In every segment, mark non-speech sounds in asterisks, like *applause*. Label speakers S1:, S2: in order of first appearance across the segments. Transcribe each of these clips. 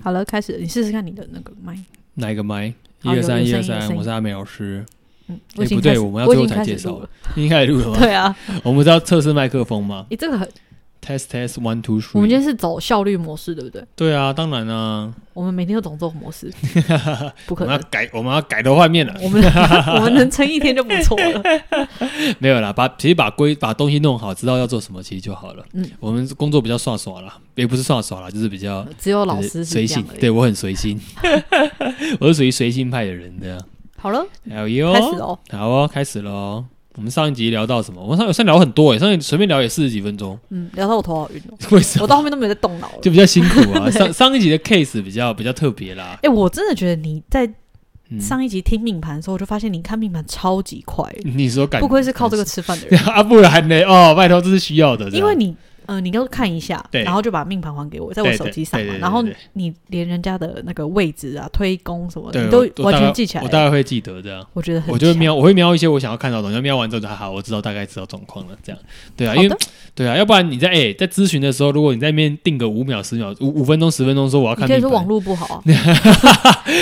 S1: 好了，开始，你试试看你的那个麦。
S2: 哪一个麦？一
S1: 好
S2: 二三，
S1: 哦有
S2: 一
S1: 有
S2: 二
S1: 声音有
S2: 三，
S1: 声
S2: 我是阿美老师。
S1: 嗯，我
S2: 哎，
S1: 已经
S2: 不
S1: 开
S2: 对，
S1: 始
S2: 我们要
S1: 我已
S2: 最后
S1: 经
S2: 才
S1: 开始
S2: 介绍
S1: 录了。， *laughs*
S2: 应该录了吧？
S1: 对啊，
S2: *laughs* 我们是要测试麦克风吗
S1: 你这个很，
S2: ？Test test one two
S1: 我们今
S2: three。
S1: 天是走效率模式，对不对？
S2: 对啊，当然啊，
S1: 我们每天都走这种模式， *laughs* 不
S2: 我
S1: 可
S2: 们要
S1: 能。
S2: 改，我们要改头换面了。
S1: 我们 *laughs* 我们能撑一天就不错
S2: *laughs*
S1: 了。
S2: 没有啦，把其实把规把东西弄好，知道要做什么，其实就好了。
S1: 嗯
S2: 我们工作比较耍耍啦，也不是耍耍啦，就是比较
S1: 只有老师
S2: 就是
S1: 是
S2: 随
S1: 这
S2: 性
S1: 样而。已
S2: 对我很
S1: *laughs*
S2: 随性，我是属于随性派的人啊的。
S1: 好了，
S2: 哎呦，
S1: 开始喽。
S2: 好哦，开始喽。我们上一集聊到什么？我们上上聊很多诶，上一集随便聊也四十几分钟， *laughs*
S1: 嗯，聊到我头好晕哦，
S2: 为什
S1: 我
S2: 么？
S1: 到后面都没有在动脑了
S2: 就。比较辛苦
S1: *laughs*
S2: 啊。上上一集的 case 比较比较特别啦。
S1: 哎、我真的觉得你在
S2: 嗯，
S1: 上一集听命盘的时候，我就发现你看命盘超级快，
S2: 你说感
S1: 不愧是靠这个吃饭的人。
S2: *laughs* 啊，不然呢？哦，拜托，这是需要的。这
S1: 因
S2: 样
S1: 为你，呃，你都看一下，
S2: 对
S1: 然后就把命盘还给我，在我
S2: 对
S1: 手
S2: 对
S1: 机上
S2: 对
S1: 嘛
S2: 对，对
S1: 然后
S2: 对
S1: 你连人家的那个位置啊、推弓什么的，
S2: 对
S1: 你
S2: 我
S1: 都
S2: 我
S1: 完
S2: 大概
S1: 全记起来
S2: 我大
S1: 了。
S2: 概会记得这样。
S1: 我觉得很
S2: 我就会
S1: 强
S2: 瞄，我会瞄一些我想要看到的东西，瞄完之后就好，我知道大概知道状况了，这样对啊，
S1: 好
S2: 因为
S1: 的
S2: 对啊，要不然你在哎、在咨询的时候，如果你在那边定个五秒、十秒、五五分钟、十分钟说我要
S1: 你
S2: 看
S1: 可
S2: 命
S1: 以
S2: 盘，
S1: 说网络不
S2: *laughs*
S1: 好啊，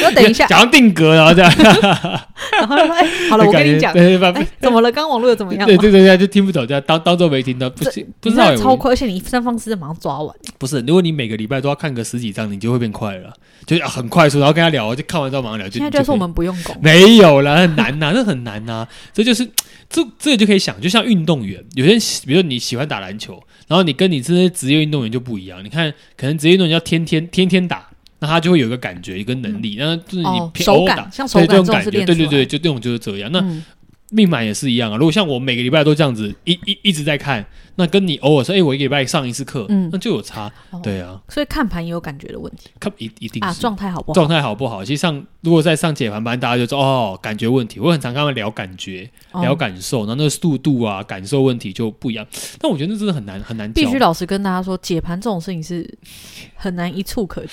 S1: 要等一下，
S2: 假装定格，然后这样，
S1: 然后
S2: *laughs*
S1: 说，哎， *laughs* 好了，我跟你讲，
S2: 对对 *laughs* 对
S1: 哎，怎么了？刚刚网络又怎么样
S2: 对
S1: 嘛？
S2: 对对，就听不懂，这样当当做没听到，不
S1: 这
S2: 行，不
S1: 你真
S2: 知道哎
S1: 的
S2: 有
S1: 超快，而且你一三方四正马上抓完，
S2: 不是，如果你每个礼拜都要看个十几张，你就会变快了，就啊很快速，然后跟他聊，就看完之后马上聊，就
S1: 现在
S2: 就
S1: 就是
S2: 可
S1: 我
S2: 以
S1: 们不用拱，
S2: 没有啦，很难呐、这很难呐、这就是这这就可以想，就像运动员，有些人喜比如说你喜欢打篮球，然后你跟你这些职业运动员就不一样。你看，可能职业运动员要天天天天打，那他就会有一个感觉，一个能力，那、就是你
S1: 哦，
S2: 偏
S1: 手
S2: 偶尔打
S1: 感，像手
S2: 对
S1: 感
S2: 这种
S1: 种
S2: 感
S1: 是
S2: 觉，
S1: 练
S2: 对
S1: 出
S2: 对
S1: 来
S2: 对，
S1: 的。
S2: 就这种就是这样。那
S1: 嗯
S2: 命盘也是一样啊。如果像我每个礼拜都这样子一一一直在看，那跟你偶尔说，哎、我一个礼拜上一次课，
S1: 嗯
S2: 那就有差。
S1: 哦
S2: 对啊，
S1: 所以看盘也有感觉的问题
S2: 看一一定
S1: 啊，
S2: 是。
S1: 状态好不好？
S2: 状态好不好？其实上如果在上解盘班，大家就说哦，感觉问题。我很常跟他们聊感觉、
S1: 嗯
S2: 聊感受，然后那个速度啊、感受问题就不一样。但我觉得那真的很难很难
S1: 必
S2: 教
S1: 须。老实跟大家说，解盘这种事情是很难一触可及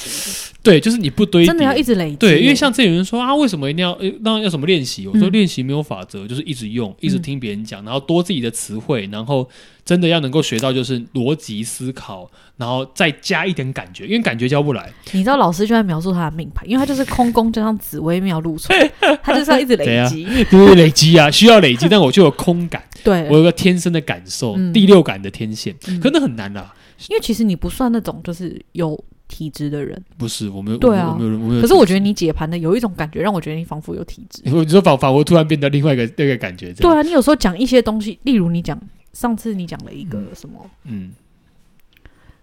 S2: 对，就是你不
S1: 的，
S2: 堆叠，
S1: 真的要一直累积。
S2: 对，因为像之前有人说啊，为什么一定要呃那要什么练习？我说
S1: 嗯
S2: 练习没有法则，就是一直用，一直听别人讲，然后多自己的词汇，然后真的要能够学到就是逻辑思考，然后再加一点感觉，因为感觉教
S1: *laughs*
S2: 不来。
S1: 你知道，老师就在描述他的命盘，因为他就是空宫加上紫微妙露出来，他就是要一直累
S2: *laughs*
S1: 积。
S2: 就是累积啊，需要累积，但我就有空感，
S1: 对，
S2: 啊我有个天生的感受，
S1: 嗯
S2: 第六感的天线，
S1: 嗯
S2: 可那很难啊啦。
S1: 因为其实你不算那种就是有体质的人，
S2: 不是，我没有，
S1: 对啊
S2: 我没有，我没有。
S1: 可是我觉得你解盘的有一种感觉，让我觉得你仿佛有体质。
S2: 你说，你说仿仿佛突然变得另外一个那个感觉，这
S1: 对
S2: 样，
S1: 啊，你有时候讲一些东西，例如你讲上次你讲了一个什么、
S2: 嗯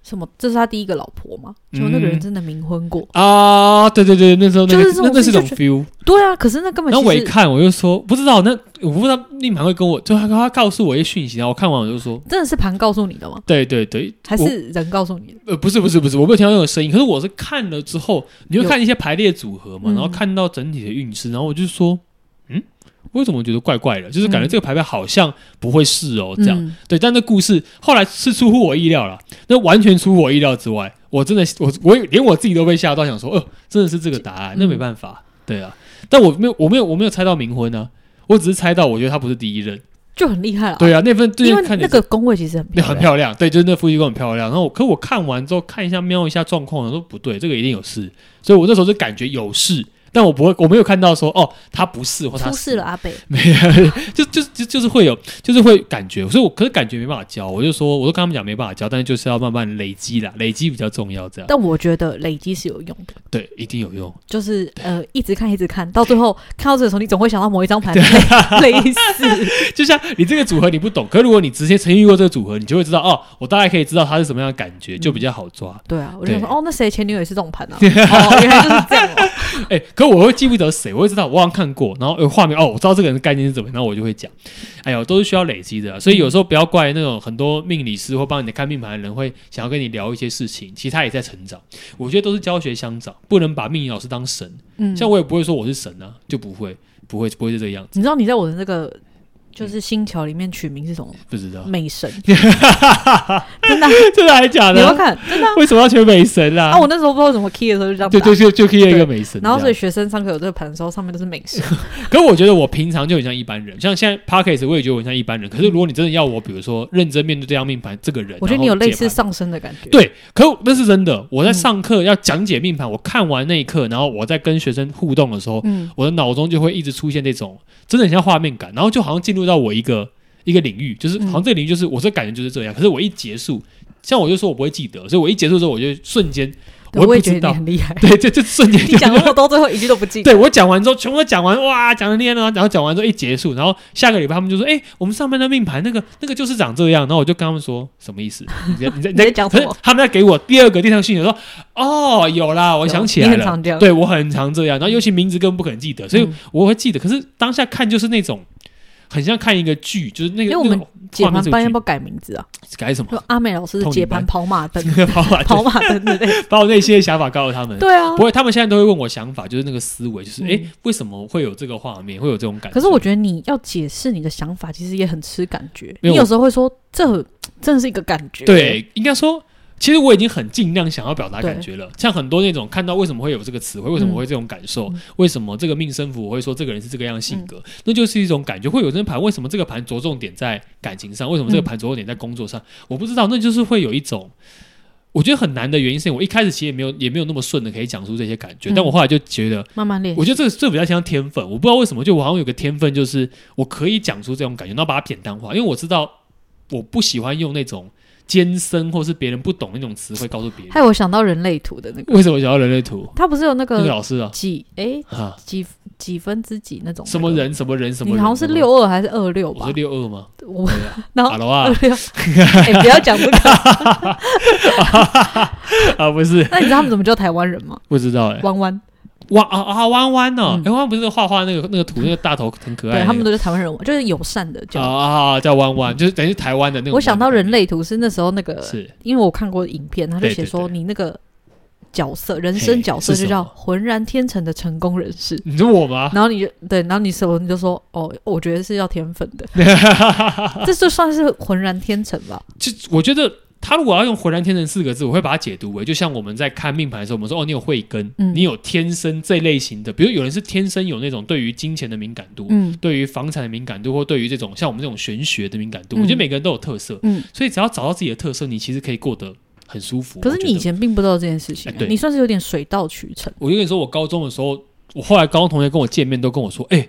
S1: 什么，这是他第一个老婆嘛，
S2: 嗯
S1: 就那个人真的冥婚过。
S2: 啊，对对对，那时候那个
S1: 就是这种
S2: 那那是一种
S1: 事情
S2: feel。
S1: 对啊，可是那根本
S2: 然后我一
S1: 其实
S2: 看，我就说不知道，那我不知道立马会跟我，就他他告诉我一些讯息，然后我看完我就说，
S1: 真的是盘告诉你的吗？
S2: 对对对，
S1: 还
S2: 我
S1: 是人告诉你的？
S2: 呃不是不是不是，我没有听到那种声音，可是我是看了之后，你会
S1: 有
S2: 看一些排列组合嘛，
S1: 嗯
S2: 然后看到整体的运势，然后我就说，嗯，我怎么觉得怪怪的？就是感觉
S1: 嗯
S2: 这个牌牌好像不会是哦，这样。
S1: 嗯
S2: 对，但那故事后来是出乎我意料了，那完全出乎我意料之外。我真的，我我连我自己都被吓到，想说，呃，真的是这个答
S1: 嗯
S2: 案，那没办法，对啊。但我没有，我没有，我没有猜到冥婚啊，我只是猜到，我觉得他不是第一任，
S1: 就很厉害了。
S2: 对啊，那份最
S1: 因
S2: 近
S1: 为
S2: 看起
S1: 那
S2: 来
S1: 个宫位其实很
S2: 那
S1: 漂
S2: 很
S1: 亮。
S2: 漂亮，对，就是那夫妻宫很漂亮。然后我，可我看完之后看一下瞄一下状况，我说不对，这个一定有事，所以我那时候就感觉有事，但我不会，我没有看到说哦，他不是或他
S1: 出事
S2: 是
S1: 了，阿北。
S2: 没有，就就就就是会有，就是会感觉，所以我可是感觉没办法教，我就说，我都跟他们讲没办法教，但是就是要慢慢累积啦，累积比较重要，这样
S1: 但我觉得累积是有用的，
S2: 对，一定有用。 *laughs*
S1: 就是呃，一直看一直看到最后看到这个时候，你总会想到某一张牌
S2: *laughs*
S1: 类类似。
S2: 就像你这个组合你不懂，可是如果你直接参与过这个组合，你就会知道哦，我大概可以知道它是什么样的感觉，就比较好抓。
S1: 对啊，我就想说，
S2: 对
S1: 哦，那谁前女友也是这种
S2: *laughs*
S1: 盘啊？哦，原来就是这样哦。
S2: 哎、可我会记不得谁，我会知道我好像看过，然后有画面哦，我知道这个人的概念是怎么样，然后我就会讲。哎呦，都是需要累积的啊、所以有时候不要怪那种很多命理师或帮你看命盘的人会想要跟你聊一些事情，其实他也在成长。我觉得都是教学相长，不能把命理老师当神。
S1: 嗯，
S2: 像我也不会说我是神啊，就不会，不会，不会是这个样子。
S1: 你知道你在我的那个就是星球里面取名是什么？
S2: 不知道，
S1: 美神，真的啊
S2: *laughs* 真的还假
S1: 你要
S2: 的？
S1: 看真的啊
S2: 为什么要选美神
S1: 啊！
S2: 啦？
S1: 我那时候不知道怎么 key 的时候就这样
S2: 对
S1: 打
S2: 对，就就可以一个美神这样。
S1: 然后所以学生上课有这个盘的时候，上面都是美神。
S2: 可我觉得我平常就很像一般人，像现在 p o d c a s t 我也觉得我很像一般人。可是如果你真的要我，比如说认真面对这张命盘这个人，
S1: 我觉得
S2: 然后
S1: 你有类似
S2: 解盘
S1: 上升的嗯感觉。，
S2: 对，可那是真的。我在上课要讲解命盘，我看完那一刻，然后我在跟学生互动的时候，
S1: 嗯，
S2: 我的脑中就会一直出现那种真的很像画面感，然后就好像进入到我一个一个领域，就是
S1: 嗯
S2: 好像这个领域就是我这感觉就是这样。可是我一结束，像我就说我不会记得，所以我一结束之后，我就瞬间
S1: 对
S2: 我
S1: 我
S2: 也
S1: 也
S2: 不
S1: 觉
S2: 知
S1: 得你
S2: 道，
S1: 很厉害。
S2: *laughs* 对，就就瞬间
S1: 你
S2: 就
S1: 讲那么多，最后一句都不记得。
S2: *laughs* 对我讲完之后，全部都讲完，哇，讲的厉害了，然后讲完之后一结束，然后下个礼拜他们就说，哎、我们上班的命盘那个那个就是长这样，然后我就跟他们说什么意思？
S1: *laughs*
S2: 你在你在
S1: 你在讲什么
S2: 可是他们在给我第二个第三个讯息说，哦，有啦，我想起
S1: 你
S2: 来
S1: 很
S2: 了，
S1: 常这样。
S2: 对我很常这样，然后尤其名字更不可能记得，所以
S1: 嗯
S2: 我会记得，可是当下看就是那种很像看一个剧，就是那个
S1: 因为我们
S2: 那种
S1: 解
S2: 画面
S1: 盘
S2: 是有
S1: 班
S2: 剧
S1: 要不要改名
S2: *laughs*
S1: 字啊？
S2: 改什么
S1: 就阿美老师是解盘跑马灯、
S2: *laughs* 跑马灯
S1: 跑马灯之类
S2: *laughs*
S1: 的。
S2: 把我内心的想法告诉他们。
S1: 对啊
S2: 不。会，他们现在都会问我想法，就是那个思维，就是哎、
S1: 嗯
S2: 诶为什么会有这个画面，会有这种感觉？
S1: 可是我觉得你要解释你的想法，其实也很吃感觉。
S2: 没有
S1: 你有时候会说，这真的是一个感觉。，
S2: 对，应该说，其实我已经很尽量想要表达
S1: 对
S2: 感觉了。像很多那种看到为什么会有这个词汇，为什么
S1: 嗯
S2: 会这种感受，
S1: 嗯
S2: 为什么这个命生符我会说这个人是这个样性格，那就是一种感觉。会有这盘为什么这个盘着重点在感情上，为什么这个
S1: 嗯
S2: 盘着重点在工作上，我不知道。那就是会有一种。我觉得很难的原因是因为我一开始其实也没有也没有那么顺的可以讲出这些感觉，但
S1: 嗯
S2: 我后来就觉得
S1: 慢慢练习。
S2: 我觉得这个这比较像天分，我不知道为什么，就我好像有个天分，就是我可以讲出这种感觉，然后把它简单化，因为我知道我不喜欢用那种艰深或是别人不懂那种词汇告诉别人。
S1: 害我想到人类图的那个，
S2: *laughs* 为什么想要人类图？
S1: 他不是有那
S2: 那个
S1: 个
S2: 老师啊，
S1: 几哎
S2: 啊，
S1: 几几分之几那种？
S2: 什么？人什么人什么
S1: 你
S2: 人？
S1: 好像是
S2: 什么人啊
S1: 六，二还是二六
S2: 我
S1: 吧
S2: 是？六二吗？
S1: 我
S2: 对啊
S1: 然后
S2: 阿
S1: *laughs*
S2: 罗
S1: 二
S2: *laughs* 啊
S1: 六，哎，不要讲
S2: *laughs*
S1: 这个。
S2: 啊，不是，
S1: 那你知道他们怎么叫台湾人
S2: *laughs*
S1: 吗？
S2: 不知道哎，
S1: 弯弯，
S2: 弯啊啊弯弯哦，
S1: 嗯
S2: 哎弯弯不是画画那个那个图那个大头很可爱那
S1: 对
S2: 个，
S1: 他们都是台湾人，就是友善的
S2: 啊
S1: 叫。
S2: 啊啊叫弯弯，就是等于是台湾的那种。
S1: 我想到人类图是那时候那个，
S2: 是
S1: 因为我看过影片，他就
S2: 对
S1: 写
S2: 对
S1: 说
S2: 对
S1: 你那个角色人生角色
S2: 嘿是
S1: 就叫
S2: 什么啊
S1: 浑然天成的成功人士。
S2: 你说我吗？
S1: 然后你就对，然后你什么你就说哦，我觉得是要天分
S2: *laughs*
S1: 的，这就算是浑然天成吧。
S2: 就我觉得他如果要用“浑然天成”四个字，我会把它解读为，就像我们在看命盘的时候，我们说哦，你有慧根，
S1: 嗯
S2: 你有天生这类型的，比如有人是天生有那种对于金钱的敏感度，
S1: 嗯
S2: 对于房产的敏感度，或对于这种像我们这种玄学的敏感度，
S1: 嗯
S2: 我觉得每个人都有特色，
S1: 嗯。
S2: 所以只要找到自己的特色，你其实可以过得很舒服。
S1: 可是
S2: 我
S1: 你
S2: 觉
S1: 以
S2: 得
S1: 前并不知道这件事情
S2: 哎
S1: 啊、
S2: 对
S1: 你算是有点水到渠成。
S2: 我就跟你说，我高中的时候，我后来高中同学跟我见面都跟我说：“哎、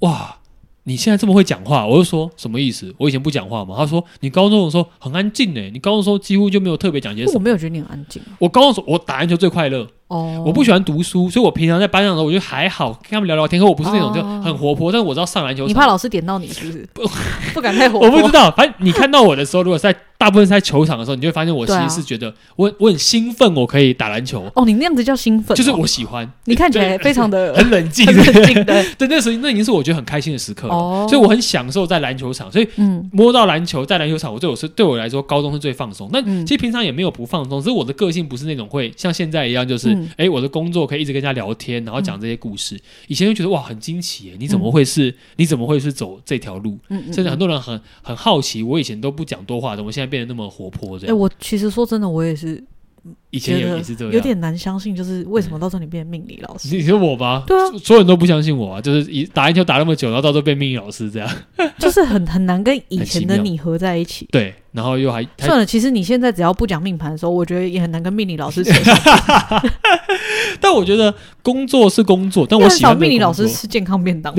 S2: 哇，你现在这么会讲话。”我就说什么意思？我以前不讲话嘛。他说：“你高中的时候很安静呢、欸你高中的时候几乎就没有特别讲些什
S1: 我
S2: 么。
S1: 没有觉得你很安静啊”
S2: 我高中的时候我打篮球最快乐，
S1: 哦，
S2: 我不喜欢读书，所以我平常在班上的时候我就还好，跟他们聊聊天。可我不是那种就
S1: 哦
S2: 很活泼，但是我知道上篮球场，
S1: 你怕老师点到你是不是？
S2: *laughs*
S1: 不敢太活泼。
S2: 我不知道，反正你看到我的时候，如果是在大部分是在球场的时候，你就会发现我其
S1: 对啊
S2: 实是觉
S1: *laughs*
S2: 得我我很兴奋，我可以打篮球，
S1: 哦，你那样子叫兴奋哦、
S2: 就是我喜欢。
S1: 你看起来非常的
S2: 很冷
S1: *laughs*
S2: 静，
S1: 很冷静的 *laughs*
S2: 对，那时候那已经是我觉得很开心的时刻了，
S1: 哦
S2: 所以我很享受在篮球场，所以
S1: 嗯
S2: 摸到篮球，在篮球场，我对我是对我来说，高中是最放松。那
S1: 嗯
S2: 其实平常也没有不放松，只是我的个性不是那种会像现在一样，就是哎、
S1: 嗯
S2: 诶我的工作可以一直跟人家聊天，然后讲这些故事。以前就觉得哇，很惊奇耶，你怎么会是、你怎么会是走这条路？
S1: 嗯嗯，
S2: 甚至很多人很很好奇，我以前都不讲多话的，我现在变得那么活泼，这
S1: 哎、
S2: 样。
S1: 我其实说真的，我也是
S2: 以前
S1: 觉
S2: 也
S1: 得
S2: 也是这样，嗯
S1: 有点难相信，就是为什么到这里变命理老师？
S2: *laughs* 你说我吧，
S1: 对啊
S2: 所所有人都不相信我啊，就是一打篮球打那么久，然后到时候变命运老师这样。
S1: *laughs* 就是很很难跟以
S2: 很奇
S1: 前的
S2: 妙
S1: 你合在一
S2: *laughs*
S1: 起。
S2: 对，然后又还还
S1: 算了，其实你现在只要不讲命盘的时候，我觉得也很难跟命理老师
S2: *laughs*
S1: 扯上。
S2: 但我觉得工作是工作，但
S1: 因为
S2: 我
S1: 很
S2: 喜
S1: 少
S2: 欢这个
S1: 命理老
S2: 工作啊
S1: 师。吃健康便当，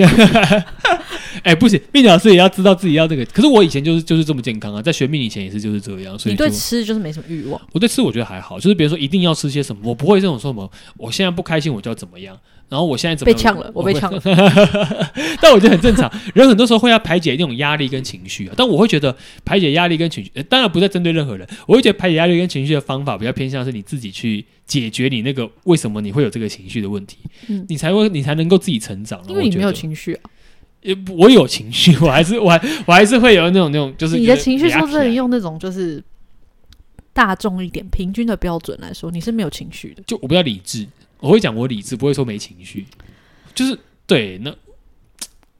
S2: 哎，不行，命理老师也要知道自己要这个。可是我以前就是就是这么健康啊，在学命理以前也是就是这样，所
S1: 你
S2: 以就
S1: 对吃就是没什么欲望。
S2: 我对吃我觉得还好，就是比如说一定要吃些什么，我不会这种说什么，我现在不开心我就要怎么样，然后我现在怎么
S1: 被
S2: 样
S1: 呛了，我被呛了。
S2: *laughs* 但我觉得很正常，人很多时候会要排解那种压力跟情绪啊。但我会觉得排解压力跟情绪，呃当然不在针对任何人，我会觉得排解压力跟情绪的方法比较偏向是你自己去解决你那个为什么你会有这个情绪的问题，
S1: 嗯
S2: 你才会你才能够自己成长啊。
S1: 因为你没有
S2: 我觉得
S1: 情绪啊，
S2: 也不我有情绪， *laughs* 我还是我还我还是会有那种那种就是
S1: 你
S2: 觉
S1: 的
S2: 得
S1: 情绪说
S2: 压起
S1: 真的
S2: 来
S1: 用那种就是大众一点、平均的标准来说，你是没有情绪的。
S2: 就我比较理智，我会讲我理智，不会说没情绪，就是对那。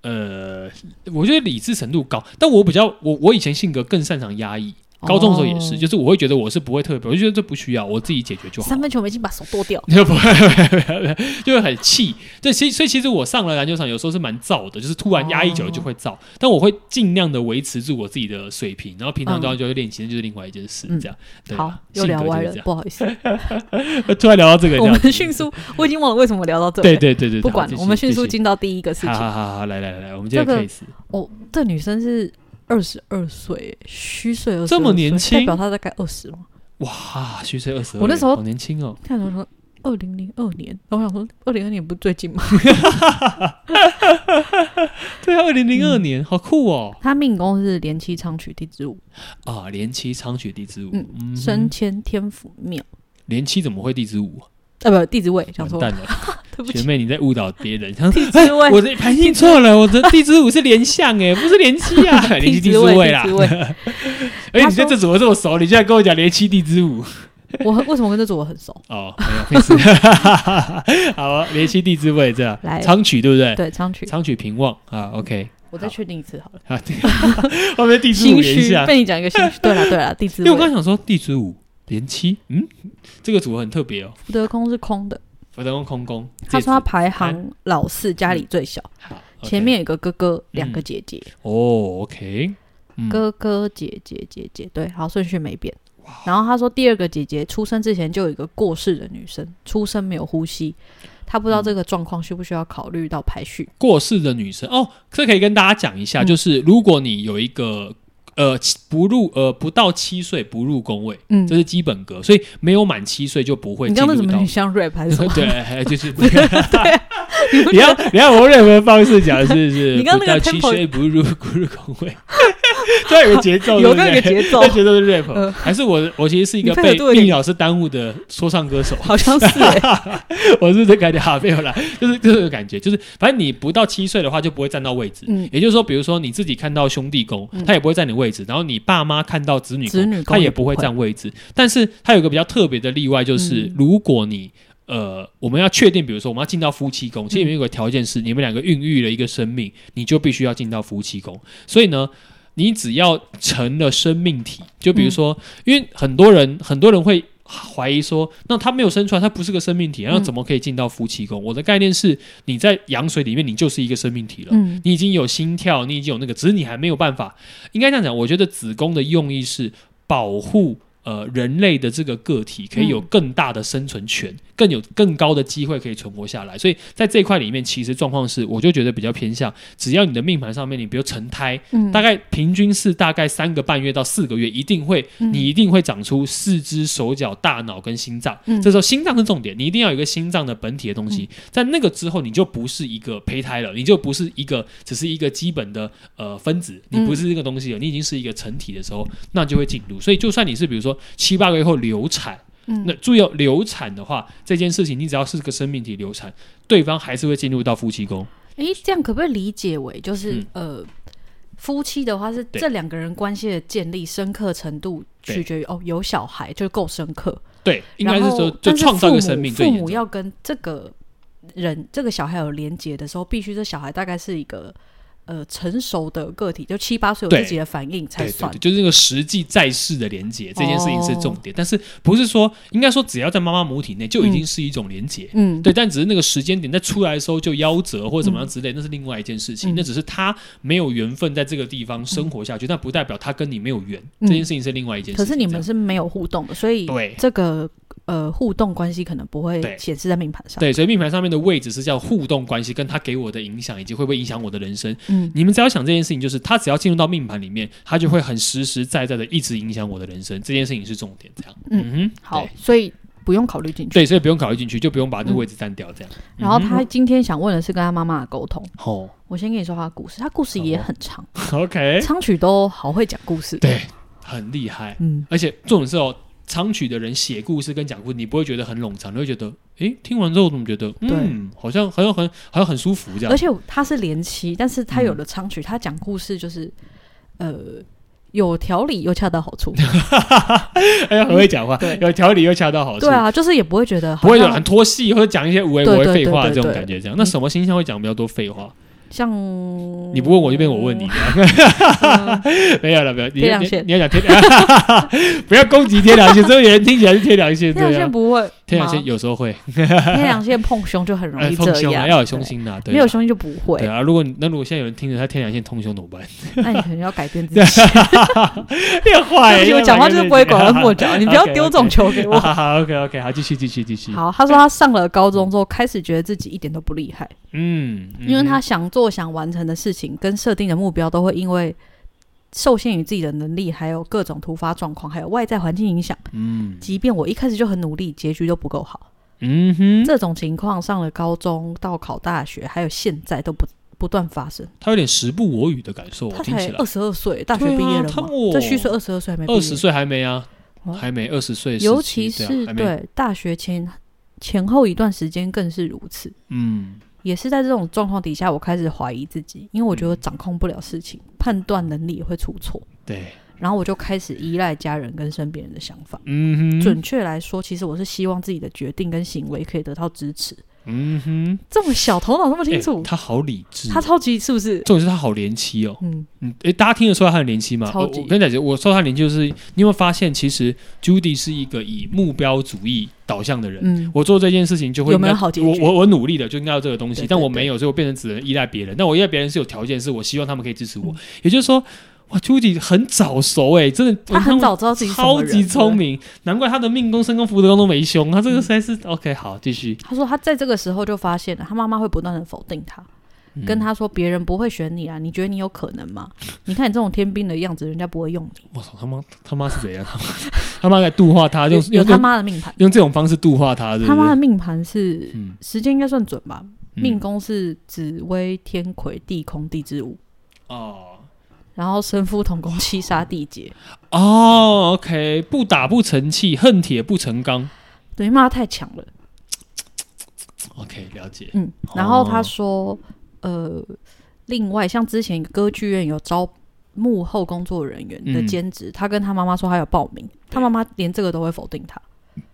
S2: 呃，我觉得理智程度高，但我比较我我以前性格更擅长压抑，高中的时候也是，
S1: 哦
S2: 就是我会觉得我是不会特别，我就觉得这不需要，我自己解决就好
S1: 三。分球我已经把手剁掉，
S2: 你 *laughs* 就不会，就会很气。对，其实所以其实我上了篮球场有时候是蛮燥的，就是突然压抑久了就会
S1: 哦
S2: 燥，但我会尽量的维持住我自己的水平，然后平常都要就练习，那就是另外一件事，
S1: 嗯
S2: 这样。对啊
S1: 好，又聊歪了
S2: 性，格
S1: 不好意
S2: *laughs*
S1: 思，
S2: 就是这样 *laughs* 突然聊到这个，
S1: 我
S2: 这样
S1: 们
S2: 子
S1: 迅速，我已经忘了为什么聊到这，
S2: 对，对对对，
S1: 不管了，我们迅速
S2: 进。
S1: 进到第一个事
S2: 好
S1: 情。
S2: 好好好，来来来来，我们今天
S1: 这个
S2: case
S1: 哦，这女生是二十二岁，虚岁二
S2: 这么年轻
S1: 代表她大概二十嘛。
S2: 哇，虚岁二十二，
S1: 我那时候
S2: 好年轻哦，
S1: 看我说二零零二年，然后我想说二零二年不是最近吗？
S2: 对啊，二零零二年，好酷哦
S1: *laughs* 她命宫是连七昌曲地之舞，
S2: 啊！连七昌曲地之舞，
S1: 嗯
S2: 嗯
S1: 升迁天府庙，
S2: 连七怎么会地之舞？
S1: 呃，不，地之位，想
S2: 完
S1: 说
S2: 蛋了，
S1: *laughs* 对不
S2: 学
S1: 起，
S2: 妹你在误导
S1: *laughs*
S2: 别人，像
S1: 地之位，
S2: 我的排进错了，
S1: *laughs*
S2: 我的地之舞是连相哎，不是连七啊，连
S1: 地
S2: 七地
S1: 之
S2: 之
S1: 位，
S2: 位
S1: 地
S2: 啦
S1: 之。位。
S2: *laughs* 哎，你对这组我这么熟，你竟然跟我讲连七地之舞
S1: 我很为什么跟这组我很熟？
S2: *laughs* 哦，没有，没事，
S1: *laughs*
S2: *laughs* 好啊，连七地之位这样
S1: 来，
S2: 昌曲对不对？
S1: 对，昌曲，
S2: 昌曲平望啊，OK
S1: 我再确定一次好了。
S2: 啊，对 *laughs* 后面地之
S1: 心
S2: 舞连
S1: 虚
S2: 下，
S1: 被你讲一个心虚。对了对了，地之
S2: *laughs* 因为我刚
S1: 位，
S2: 刚想说地之舞连七，嗯，这个组合很特别哦，
S1: 福德空是空的。
S2: 福德宫空宫。
S1: 他说他
S2: 戒指哎嗯
S1: 排行老四，家里最小，
S2: 好，OK
S1: 前面有个哥哥，两
S2: 嗯
S1: 个姐姐，
S2: 哦，OK，嗯
S1: 哥哥姐姐姐姐，对，好顺序没变。然后他说第二个姐姐出生之前就有一个过世的女生，出生没有呼吸，他不知道这个状况需不需要考虑到排序。
S2: 过世的女生哦，这可以跟大家讲一下，
S1: 嗯
S2: 就是如果你有一个呃七不入呃不到七岁不入宫位，
S1: 嗯
S2: 这，是基本格，所以没有满七岁就不会
S1: 你
S2: 进
S1: 刚刚
S2: 入
S1: 怎么
S2: 到
S1: 很。像 rap 还是 *laughs*
S2: *laughs*
S1: 什么？
S2: 对，哎就是
S1: 你不
S2: *laughs* 你
S1: 觉
S2: 要
S1: 得
S2: 你要我认为方式讲，是不
S1: *laughs*
S2: 是？
S1: 你刚刚那个
S2: 不到七
S1: tempo-
S2: 岁不入 *laughs* 不入宫位，突然有节奏，
S1: *laughs* 有
S2: 对不
S1: 那
S2: 对
S1: 个节奏
S2: 那？
S1: *laughs*
S2: 节奏是 rap，、哦
S1: 呃
S2: 还是我我其实是一个
S1: 你配合
S2: 被
S1: 度有
S2: 命
S1: 点，
S2: 理老师耽误的说唱歌手 *laughs*
S1: 好像是欸
S2: 我是这个感觉啊，没有啦，就是就是这个感觉，就是反正你不到七岁的话就不会占到位置，
S1: 嗯
S2: 也就是说，比如说你自己看到兄弟宫，
S1: 嗯
S2: 他也不会占你位置，然后你爸妈看到子女
S1: 子女
S2: 他
S1: 宫
S2: 也
S1: 也
S2: 不
S1: 不
S2: 会
S1: 会
S2: 占位置，但是他有一个比较特别的例外，就是
S1: 嗯
S2: 如果你呃，我们要确定，比如说我们要进到夫妻
S1: 嗯
S2: 宫，其实里面有个条件是，你们两个孕育了一个生命，你就必须要进到夫妻宫。所以呢，你只要成了生命体，就比如说，
S1: 嗯
S2: 因为很多人很多人会怀疑说，那他没有生出来，他不是个生命体，那
S1: 嗯
S2: 怎么可以进到夫妻宫？我的概念是，你在羊水里面，你就是一个生命体了。
S1: 嗯
S2: 你已经有心跳，你已经有那个，只是你还没有办法。应该这样讲，我觉得子宫的用意是保护呃人类的这个个体可以有
S1: 嗯
S2: 更大的生存权，更有更高的机会可以存活下来。所以在这一块里面，其实状况是，我就觉得比较偏向，只要你的命盘上面，你比如成胎，
S1: 嗯，
S2: 大概平均是大概三个半月到四个月，一定会
S1: 嗯
S2: 你一定会长出四肢、手脚、大脑跟心脏。
S1: 嗯
S2: 这时候心脏是重点，你一定要有一个心脏的本体的东西。在那个之后，你就不是一个胚胎了，你就不是一个只是一个基本的呃分子，你
S1: 嗯
S2: 不是这个东西了，你已经是一个成体的时候，那就会进入。所以就算你是比如说七八个月后流产，
S1: 嗯
S2: 那注意哦，流产的话这件事情，你只要是个生命体流产，对方还是会进入到夫妻宫。
S1: 诶，这样可不可以理解为就是、呃，夫妻的话是
S2: 嗯对
S1: 这两个人关系的建立深刻程度
S2: 对
S1: 取决于哦有小孩就够深刻，
S2: 对，应该
S1: 然
S2: 是
S1: 后
S2: 说就
S1: 但是
S2: 创造一个
S1: 父
S2: 生
S1: 母
S2: 命最
S1: 父
S2: 严重
S1: 母。要跟这个人这个小孩有连结的时候，必须这小孩大概是一个呃成熟的个体，就七八岁有
S2: 对
S1: 自己的反应才
S2: 对对
S1: 算
S2: 对，。就是那个实际在世的连接这件事情是重
S1: 哦
S2: 点，但是不是说应该说只要在妈妈母体内就已经是一种连接。
S1: 嗯，
S2: 对，但只是那个时间点在出来的时候就夭折或者怎么样之类，那是另外一件事情。
S1: 嗯
S2: 那只是他没有缘分在这个地方生活下去，但不代表他跟你没有缘。
S1: 嗯
S2: 这件事情是另外一件事
S1: 可
S2: 情。
S1: 是你们
S2: 这样
S1: 是没有互动的，所以
S2: 对
S1: 这个呃互动关系可能不会
S2: 对
S1: 显示在命盘上。
S2: 对，所以命盘上面的位置是叫互动关系，跟他给我的影响以及会不会影响我的人生。
S1: 嗯
S2: 你们只要想这件事情，就是他只要进入到命盘里面，他就会很实实在在的一直影响我的人生。这件事情是重点，这样。
S1: 嗯
S2: 嗯哼，
S1: 好
S2: 对，
S1: 所以不用考虑进去。
S2: 对，所以不用考虑进去，就不用把那个位置占掉，这样。
S1: 然后他
S2: 嗯
S1: 今天想问的是跟他妈妈的沟通。
S2: 哼哦
S1: 我先跟你说他的故事，他故事也很长，
S2: *laughs* ，OK，
S1: 昌曲都好会讲故事。
S2: 哦对，很厉害，
S1: 嗯，
S2: 而且重点是哦，昌曲的人写故事跟讲故事，你不会觉得很冗长，你会觉得，诶，听完之后怎么觉得，嗯，好像好像很好像很舒服这
S1: 而
S2: 样。
S1: 且他是连妻，但是他有了昌曲，他讲故事就是呃有条理又恰到好处。
S2: 哎呀，很会讲话
S1: 对，
S2: 有条理又恰到好处
S1: 对，啊，就是也不会觉得好
S2: 不会有
S1: 像
S2: 很拖戏或者讲一些无谓
S1: 对
S2: 无谓
S1: 对
S2: 废
S1: 对
S2: 话
S1: 对
S2: 这种
S1: 对
S2: 感觉。这样，那什么星象会讲比较多废话？
S1: 像
S2: 你不问我就变我
S1: *laughs*
S2: 问你，
S1: 嗯
S2: 没有了，没有。你
S1: 天良
S2: 你
S1: 县
S2: 你要讲天良，不要攻击天良县，这个人听起来是天良
S1: *laughs*
S2: 县
S1: 天
S2: 对
S1: 良
S2: 啊
S1: 县。不会吗，
S2: 天良县有时候会，
S1: 天良县碰胸就很容
S2: 哎，
S1: 易
S2: 通
S1: 这
S2: 凶啊，
S1: 样，
S2: 要有凶
S1: 对，
S2: 心呐，对啊，
S1: 没有凶心就不
S2: 对
S1: 会，
S2: 啊。如果你那如果现在有人听着他天良县通凶怎
S1: *laughs*
S2: 么办？
S1: 那你可能要改变自己。
S2: 变
S1: 对
S2: 坏
S1: 不起，
S2: 了，
S1: 我讲话就是不会拐弯抹角，你不要
S2: *laughs* OK，OK
S1: 丢这种球给我
S2: 好。好好，OK OK，好，继续继续继续。
S1: 好，他说他上了高中之后，开始觉得自己一点都不厉害，
S2: 嗯，嗯，
S1: 因为他想做、想完成的事情跟设定的目标，都会因为受限于自己的能力，还有各种突发状况，还有外在环境影响。
S2: 嗯
S1: 即便我一开始就很努力，结局都不够好。
S2: 嗯哼，
S1: 这种情况上了高中到考大学，还有现在都不不断发生。
S2: 他有点时不我与的感受，我
S1: 他
S2: 听
S1: 才
S2: 起来啊
S1: 二。十二岁，大学毕业了
S2: 他
S1: 嘛？
S2: 我
S1: 这虚岁二十二岁还没毕业，
S2: 二十岁还没啊
S1: 哦，
S2: 还没二十岁，
S1: 尤
S2: 17
S1: 其
S2: 对啊
S1: 是
S2: 还没，
S1: 对大学前前后一段时间更是如此。
S2: 嗯
S1: 也是在这种状况底下，我开始怀疑自己，因为我觉
S2: 嗯
S1: 得掌控不了事情，判断能力也会出错。
S2: 对，
S1: 然后我就开始依赖家人跟身边人的想法。
S2: 嗯哼，
S1: 准，确来说，其实我是希望自己的决定跟行为可以得到支持。
S2: 嗯哼，
S1: 这么小，头脑这么清楚
S2: 欸，他好理智，
S1: 他超级是不是？
S2: 重点是他好怜妻哦，
S1: 嗯，
S2: 嗯，哎，大家听得出来他很怜妻吗？
S1: 超
S2: 我
S1: 级
S2: 我跟你讲，我说他怜妻就是，你有没有发现，其实 Judy 是一个以目标主义导向的人，
S1: 嗯，
S2: 我做这件事情就会
S1: 有没有
S2: 应该
S1: 好结
S2: 我
S1: 局
S2: 我我努力的就应该要这个东西，
S1: 对对
S2: 但我没有，所以我变成只能依赖别人。但我依赖别人是有条件，是我希望他们可以支持我。
S1: 嗯
S2: 也就是说，哇，Judy 很早熟哎、真的，
S1: 他很早知道自己是什么
S2: 超
S1: 人
S2: 级聪。明，难怪他的命宫、身宫、福德宫都没凶。他这个实在是、OK，好，
S1: 嗯
S2: 继续
S1: 对他说他在这个时候就发现了，他妈妈会不断的否定他，
S2: 嗯
S1: 跟、他说别人不会选你啊，你觉得你有可能
S2: *laughs*
S1: 吗？你看你这种天兵的样子，人家不会用
S2: 嗯
S1: 你。
S2: 我操，他妈他妈是怎样？他妈他妈在度化他，用
S1: 有有
S2: 用
S1: 他
S2: 用
S1: 妈的命盘，
S2: 用这种方式度化他，对
S1: 他
S2: 不
S1: 妈的
S2: 对？
S1: 命盘是
S2: 嗯，
S1: 时间应该算准吧？
S2: 嗯
S1: 命宫是紫薇、天魁、地空、地支午，
S2: 哦
S1: 然后身夫同宫、七杀、地劫。
S2: 哦，OK，不打不成器，恨铁不成钢。
S1: *laughs* 对，骂太强了。
S2: OK，了解。
S1: 嗯，然后他说，呃，另外像之前歌剧院有招幕后工作人员的
S2: 嗯
S1: 兼职，他跟他妈妈说他有报名，他妈妈连这个都会否定他，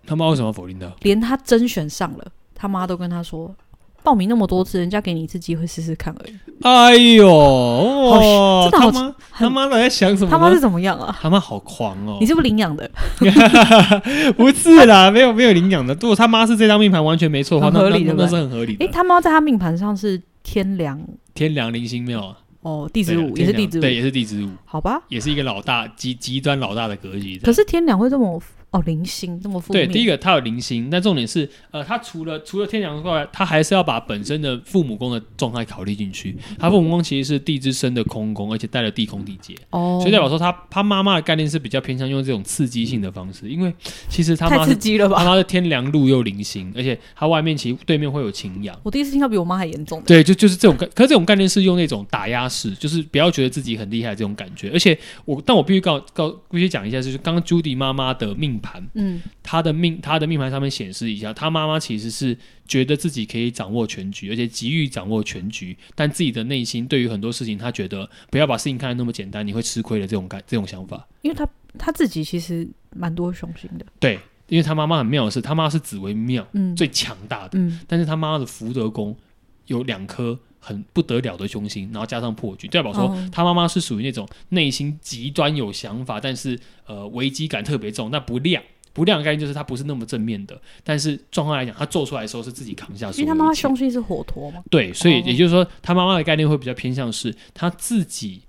S2: 他妈为什么要否定他？
S1: 连他甄选上了，他妈都跟他说。报名那么多次，人家给你一次机会试试看而已。
S2: 哎呦，哦
S1: 真的
S2: 他
S1: 好
S2: 妈
S1: 很
S2: 他妈的在想什么呢？
S1: 他妈是怎么样啊？
S2: 他妈好狂哦
S1: 你！是不是领养的？
S2: *laughs* 不是啦，没有没有领养的。如果他妈是这张命盘完全没错的话，那
S1: 很合
S2: 那
S1: 理
S2: 那
S1: 对不
S2: 那
S1: 对
S2: 是很合理
S1: 诶、
S2: 的。
S1: 他妈在他命盘上是天良
S2: 天良灵星庙啊，
S1: 哦，地
S2: 地
S1: 支舞也是地支
S2: 对，也
S1: 舞，
S2: 是地支舞，
S1: 好吧？
S2: 也是一个老大极极端老大的格局。
S1: 可是天良会这么哦零星这么负
S2: 对，
S1: 面，
S2: 第一个他有灵星，但重点是，呃，他除了除了天良之外，他还是要把本身的父母宫的状态考虑进去。他父母宫其实是地支生的空宫，而且带了地空地劫。
S1: 哦，
S2: 所以代表说他他妈妈的概念是比较偏向用这种刺激性的方式，因为其实他
S1: 太
S2: 妈
S1: 刺
S2: 是
S1: 激了
S2: 他
S1: 吧？
S2: 妈是天良路又零星，而且他外面其实对面会有晴阳。
S1: 我第一次听到比我妈还严重的，
S2: 对，就就是这种概，可是这种概念是用那种打压式，就是不要觉得自己很厉害这种感觉。而且我，但我必须告告必须讲一下，就是刚刚 Judy 妈妈的命盘，
S1: 嗯，
S2: 她的命她的命盘上面显示一下，她妈妈其实是觉得自己可以掌握全局，而且急于掌握全局，但自己的内心对于很多事情，她觉得不要把事情看得那么简单，你会吃亏的这种感这种想法。
S1: 因为她她自己其实蛮多雄心的，
S2: 对，因为他妈妈很妙的是，他妈是紫薇庙
S1: 嗯，
S2: 最强大的，
S1: 嗯
S2: 但是他妈的福德宫有两颗很不得了的凶星，然后加上破局，代表说
S1: 哦
S2: 他妈妈是属于那种内心极端有想法，但是呃危机感特别重，但不亮。不亮的概念就是他不是那么正面的，但是状况来讲，他做出来的时候是自己扛下所
S1: 因为
S2: 有的
S1: 她妈妈
S2: 一切
S1: 凶性是火陀嘛，
S2: 对，所以
S1: 哦
S2: 也就是说，他妈妈的概念会比较偏向是他自己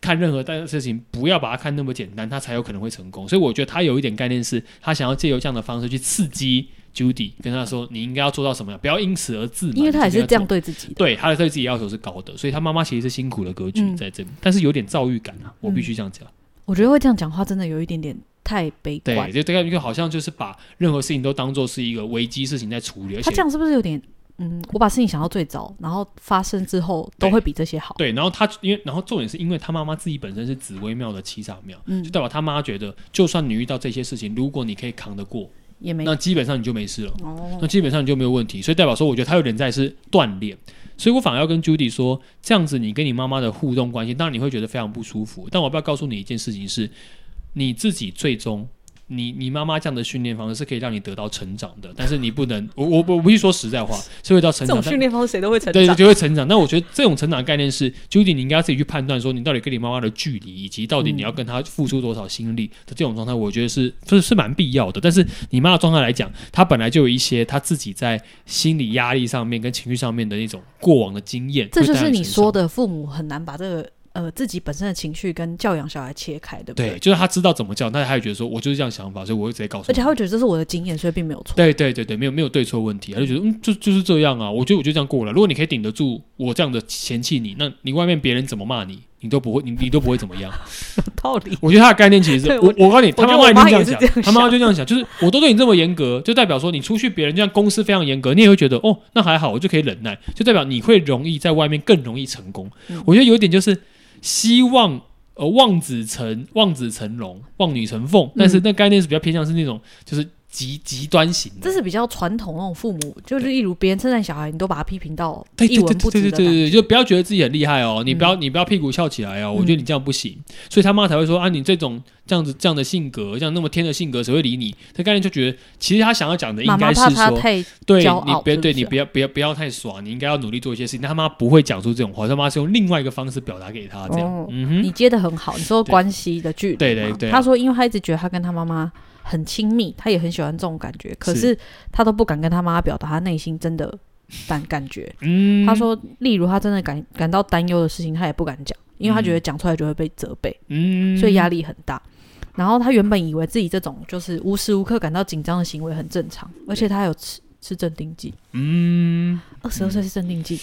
S2: 看任何大事情，不要把它看那么简单，他才有可能会成功。所以我觉得他有一点概念是，他想要借由这样的方式去刺激 Judy，跟他说你应该要做到什么样，不要因此而自满。
S1: 因为她也
S2: 你应
S1: 是
S2: 该
S1: 这样
S2: 做。
S1: 对自己的，
S2: 对，他的对自己要求是高的，所以他妈妈其实是辛苦的格局
S1: 嗯
S2: 在这里，但是有点躁郁感啊，我必须这样讲。
S1: 我觉得会这样讲话真的有一点点太悲观
S2: 对，，就这个就好像就是把任何事情都当做是一个危机事情在处理，而
S1: 她
S2: 且
S1: 这样是不是有点？嗯，我把事情想到最糟，然后发生之后都
S2: 对
S1: 会比这些好。
S2: 对，然后他因为然后重点是因为他妈妈自己本身是紫薇庙的七煞庙，
S1: 嗯
S2: 就，代表他妈觉得，就算你遇到这些事情，如果你可以扛得过，
S1: 也没
S2: 那基本上你就没事了，
S1: 哦
S2: 那，基本上你就没有问题。所以代表说，我觉得他有点在是锻炼，所以我反而要跟 Judy 说，这样子你跟你妈妈的互动关系，当然你会觉得非常不舒服。但我要不要告诉你一件事情是，你自己最终你你妈妈这样的训练方式是可以让你得到成长的，但是你不能，我我我必须说
S1: *laughs*
S2: 实在话，是会到成
S1: 这
S2: 长
S1: 种
S2: 但
S1: 训练方式谁都会成
S2: 对，
S1: 长。
S2: 就会成长。但我觉得这种成长概念是，Judy，你应该自己去判断，说你到底跟你妈妈的距离，以及到底你
S1: 嗯
S2: 要跟她付出多少心力的这种状态，我觉得是是是蛮必要的。但是你妈的状态来讲，她本来就有一些她自己在心理压力上面跟情绪上面的那种过往的经验，
S1: 这
S2: 会
S1: 就
S2: 带在
S1: 是你
S2: 身
S1: 说
S2: 上。
S1: 的父母很难把这个呃自己本身的情绪跟教养小孩切开，对不
S2: 对，就是她知道怎么教，但是她也觉得说，我就是这样想法，所以我会直接告诉
S1: 而且
S2: 你。
S1: 他会觉得这是我的经验，所以并没有错。
S2: 对对对对，没有没有对错问题，他就觉得嗯，就就是这样啊，我觉得我就这样过了。如果你可以顶得住我这样的嫌弃你，那你外面别人怎么骂你，你都不会，你你都不会怎么样。
S1: *laughs* 道理。
S2: 我觉得他的概念其实是
S1: 对
S2: 我，我告诉你，他
S1: 我觉
S2: 妈
S1: 得
S2: 妈
S1: 我
S2: 一定
S1: 妈
S2: 这样
S1: 也是
S2: 想
S1: 这样，
S2: 他妈妈就这样想，就是我都对你这么严格，就代表说你出去别人这样公司非常严格，你也会觉得哦，那还好，我就可以忍耐，就代表你会容易在外面更容易成功。
S1: 嗯
S2: 我觉得有一点就是希望。呃，望子成望子成龙，望女成凤，
S1: 嗯
S2: 但是那概念是比较偏向是那种就是极极端型的
S1: 这，是比较传统那种父母，就是例如别人称赞小孩，你都把他批评到
S2: 对
S1: 一
S2: 对对
S1: 文不
S2: 对
S1: 值
S2: 对对
S1: 的
S2: 对
S1: 感觉。
S2: 对，就不要觉得自己很厉害哦，你不要、
S1: 嗯
S2: 你不要屁股翘起来哦，我觉得你这样不行，所以他妈才会说啊，你这种这样子这样的性格，这样那么天的性格，谁会理你？他概念就觉得，其实他想要讲的应
S1: 妈妈
S2: 该是
S1: 怕他
S2: 说，
S1: 太
S2: 对
S1: 骄
S2: 你
S1: 傲
S2: 别
S1: 是不
S2: 对
S1: 是
S2: 你不要不要不要太爽，你应该要努力做一些事情。但他妈不会讲出这种话，他妈是用另外一个方式表达给他这样，
S1: 哦
S2: 嗯哼
S1: 你。接的很好，你说
S2: 对
S1: 关系的距离嘛，
S2: 对对对啊
S1: 他说，因为他一直觉得他跟他妈妈很亲密，他也很喜欢这种感觉，可是他都不敢跟他妈妈表达他内心真的感感觉。
S2: 嗯，
S1: 他，说，例如他真的感感到担忧的事情，他也不敢讲，因为他觉得讲出来就会被责备，
S2: 嗯，
S1: 所以压力很大。然后他原本以为自己这种就是无时无刻感到紧张的行为很正常，而且他还有吃吃镇定剂，
S2: 嗯
S1: 二十二岁是镇定剂。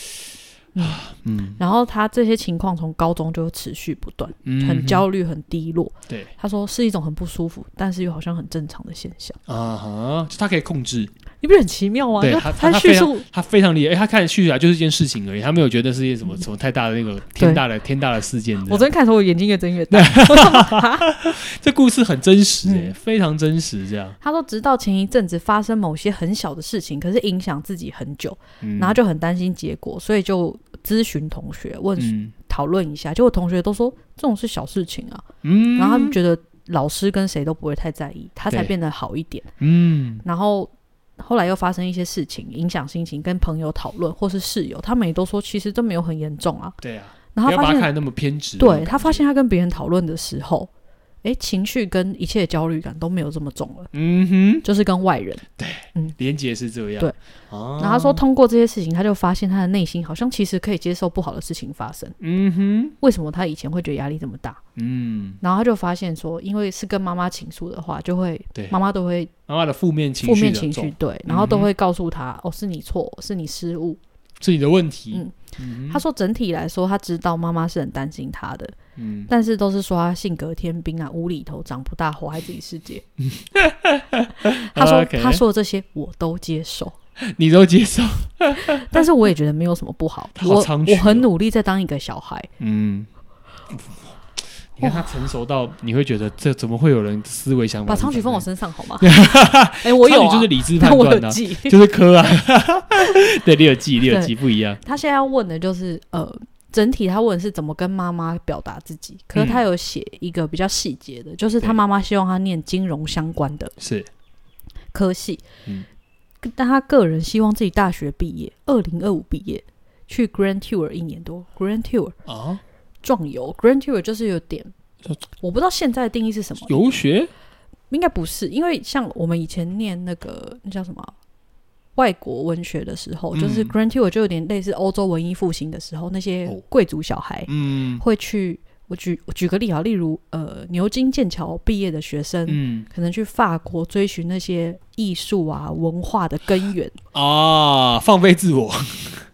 S2: 嗯
S1: 然后他这些情况从高中就持续不断。
S2: 嗯，
S1: 很焦虑、很低落。
S2: 对，
S1: 他说是一种很不舒服，但是又好像很正常的现象。
S2: 啊哈，就他可以控制，
S1: 你不是很奇妙吗？
S2: 对
S1: 就
S2: 他
S1: 他
S2: 他他
S1: 叙
S2: 非常
S1: 述
S2: 他非常厉害，哎、他看叙述来就是一件事情而已，他没有觉得是一件什
S1: 嗯
S2: 么什么太大的那个天大的天大的事件这样。
S1: 我昨天看的时候，我眼睛越睁越大。我说
S2: *laughs*
S1: 哈
S2: 这故事很真实、哎、
S1: 嗯
S2: 非常真实，这样。
S1: *laughs* 他说，直到前一阵子发生某些很小的事情，可是影响自己很久，
S2: 嗯、
S1: 然后就很担心结果，所以就咨询同学，问
S2: 嗯
S1: 讨论一下。结果同学都说这种是小事情啊，
S2: 嗯，
S1: 然后他们觉得老师跟谁都不会太在意，他才
S2: 对
S1: 变得好一点。
S2: 嗯
S1: 然后后来又发生一些事情，影响心情，跟朋友讨论或是室友，他们也都说其实都没有很严重啊。
S2: 对啊，
S1: 然后他
S2: 不要把
S1: 发
S2: 它看
S1: 现，
S2: 得那么偏执。
S1: 对他发现他跟别人讨论的时候，诶，情绪跟一切焦虑感都没有这么重了。
S2: 嗯哼，
S1: 就是跟外人，
S2: 连结是这样。
S1: 对
S2: 啊，
S1: 然后他说，通过这些事情，他就发现他的内心好像其实可以接受不好的事情发生。
S2: 嗯哼，
S1: 为什么他以前会觉得压力这么大？
S2: 嗯，
S1: 然后他就发现说，因为是跟妈妈倾诉的话，就会
S2: 对，
S1: 妈妈都会
S2: 妈妈的负面情
S1: 负
S2: 绪，
S1: 面情绪，，对，然后都
S2: 嗯哼
S1: 会告诉他，哦，是你错，是你失误，
S2: 是你的问题。
S1: 嗯
S2: 嗯哼
S1: 他说整体来说，他知道妈妈是很担心他的，
S2: 嗯，
S1: 但是都是说他性格天兵啊，无厘头，长不大，活在自己世
S2: *laughs*
S1: 界。他说
S2: OK
S1: 他说的这些我都接受，
S2: 你都接受。
S1: 但是我也觉得没有什么不好。
S2: 他 *laughs* 好
S1: 我
S2: 猖獗
S1: 我很
S2: 哦
S1: 努力在当一个小孩，
S2: 嗯。你看他成熟到，你会觉得这怎么会有人思维想法
S1: 把
S2: 是长
S1: 苍
S2: 这
S1: 雪
S2: 样？
S1: 放我身上
S2: *laughs*
S1: 好吗？哎、我有、
S2: 苍蝇
S1: 啊，
S2: 就是理智判
S1: 但我 *laughs*
S2: 断
S1: 有
S2: 的、啊，
S1: 记。
S2: 就是科啊， *laughs* 对，你有记，你有记，不一样。
S1: 他现在要问的就是呃。整体他问的是怎么跟妈妈表达自己，可是
S2: 嗯
S1: 他有写一个比较细节的，就是他
S2: 对
S1: 妈妈希望他念金融相关的
S2: 是，
S1: 科系，
S2: 嗯
S1: 但他个人希望自己大学毕业，二零二五毕业，去 Grand Tour 一年多，Grand Tour
S2: 啊，
S1: 壮游，Grand Tour 就是有点
S2: 就，
S1: 我不知道现在的定义是什么，
S2: 游学
S1: 应该不是，因为像我们以前念那个那叫什么啊外国文学的时候，
S2: 嗯
S1: 就是 Grand Tour 就有点类似欧洲文艺复兴的时候，那些
S2: 哦
S1: 贵族小孩
S2: 嗯
S1: 会去。我举我举个例啊，例如呃牛津、剑桥毕业的学生，
S2: 嗯
S1: 可能去法国追寻那些艺术啊文化的根
S2: *laughs*
S1: 源。
S2: 啊，放飞自我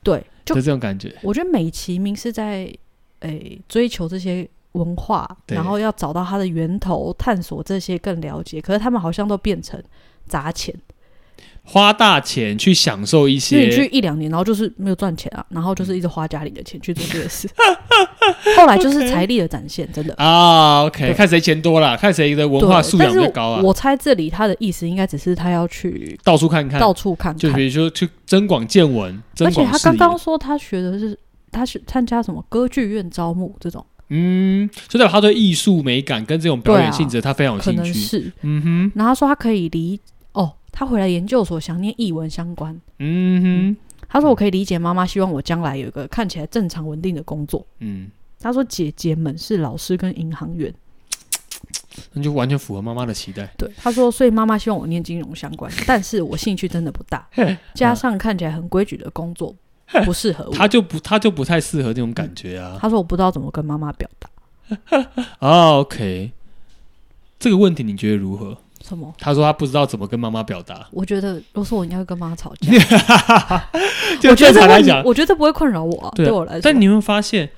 S1: 对，就
S2: 就这种感觉。
S1: 我觉得美其名是在诶、追求这些文化，
S2: 对
S1: 然后要找到它的源头，探索这些更了解。可是他们好像都变成砸钱，
S2: 花大钱去享受一
S1: 因为你
S2: 些
S1: 去一两年，然后就是没有赚钱啊，然后就是
S2: 嗯
S1: 一直花家里的钱去做这些事。 *laughs* 后来就是
S2: OK
S1: 财力的展现，真的。
S2: 啊，OK，
S1: 对
S2: 看谁钱多啦，看谁的文
S1: 对
S2: 化素养
S1: 但
S2: 比
S1: 是
S2: 较高啊，
S1: 我猜这里他的意思应该只是他要去
S2: 到处看看，
S1: 到处看
S2: 就
S1: 看，
S2: 比如说去增广见闻，增
S1: 而且
S2: 广
S1: 他
S2: 视
S1: 刚
S2: 野。
S1: 刚说他学的是他是参加什么歌剧院招募这种，
S2: 嗯，就代表他对艺术美感跟这种表演性质，他非常有
S1: 啊可
S2: 兴
S1: 能
S2: 趣。
S1: 是。
S2: 嗯哼，
S1: 然后他说他可以理哦，他回来研究所想念译文相关。
S2: 嗯哼，
S1: 他说我可以理解妈妈希望我将来有一个看起来正常稳定的工作。
S2: 嗯，
S1: 他说姐姐们是老师跟银行员。
S2: 那就完全符合妈妈的期待。
S1: 对，他说，所以妈妈希望我念金融相关，但是我兴趣真的不
S2: *laughs*
S1: 大，加上看起来很规矩的工作不适合我。
S2: 啊他就不，他就不太适合这种感觉啊。
S1: 他说我不知道怎么跟妈妈表达嗯
S2: 啊，OK，这个问题你觉得如何？
S1: 什么。
S2: 他说他不知道怎么跟妈妈表达。
S1: 我觉得，我说我应该会跟妈妈吵架。
S2: *laughs* 就
S1: 我觉
S2: 正
S1: 得这
S2: 常来
S1: 问题
S2: 讲，
S1: 我觉得这不会困扰我、啊，
S2: 对啊
S1: 对我来说。
S2: 但你会发现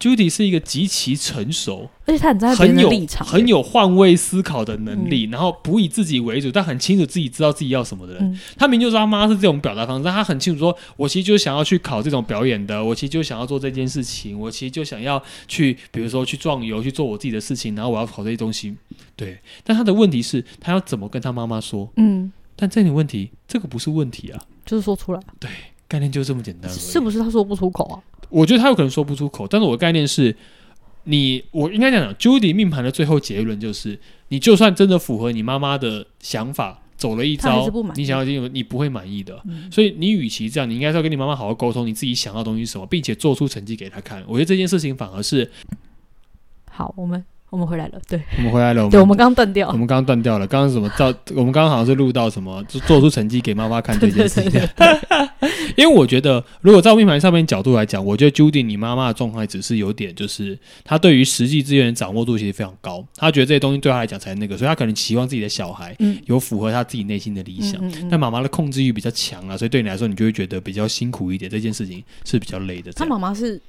S2: ，Judy 是一个极其成熟、
S1: 而且他很站在别
S2: 很
S1: 人的
S2: 有
S1: 立场，
S2: 很有换位思考的能力，然后不以自己为主，但很清楚自己知道自己要什么的人。
S1: 嗯
S2: 他明就知道他妈是这种表达方式，但他很清楚说，我其实就想要去考这种表演的，我其实就想要做这件事情，我其实就想要去，比如说去壮游，去做我自己的事情，然后我要考这些东西。对，但他的问题是，他要怎么跟他妈妈说？
S1: 嗯，
S2: 但这里问题，这个不是问题啊，
S1: 就是说出来，
S2: 概念就这么简单而已。
S1: 是不是他说不出口啊？
S2: 我觉得他有可能说不出口，但是我的概念是，你我应该讲讲，Judy 命盘的最后结论就是，你就算真的符合你妈妈的想法，走了一
S1: 她还
S2: 招
S1: 是不满，意
S2: 你想要进入，你不会满意的。
S1: 嗯
S2: 所以你与其这样，你应该是要跟你妈妈好好沟通，你自己想要的东西是什么，并且做出成绩给她看。我觉得这件事情反而是
S1: 好，我们我们回来了，对
S2: 我们回来了，我
S1: 对，我
S2: 们
S1: 们刚刚断掉
S2: 我，们刚刚断掉了，刚刚是什么到我们刚刚好像是录到什么，就做出成绩给妈妈看这件事情。 *laughs* 因为我觉得，如果照命盘上面角度来讲，我觉得 Judy 你妈妈的状态只是有点，就是她对于实际资源的掌握度其实非常高，她觉得这些东西对她来讲才那个，所以她可能期望自己的小孩
S1: 嗯
S2: 有符合她自己内心的理想。
S1: 嗯嗯
S2: 但
S1: 嗯
S2: 妈妈的控制欲比较强啊，所以对你来说，你就会觉得比较辛苦一点，这件事情是比较累的。这
S1: 他
S2: 样，
S1: 妈妈是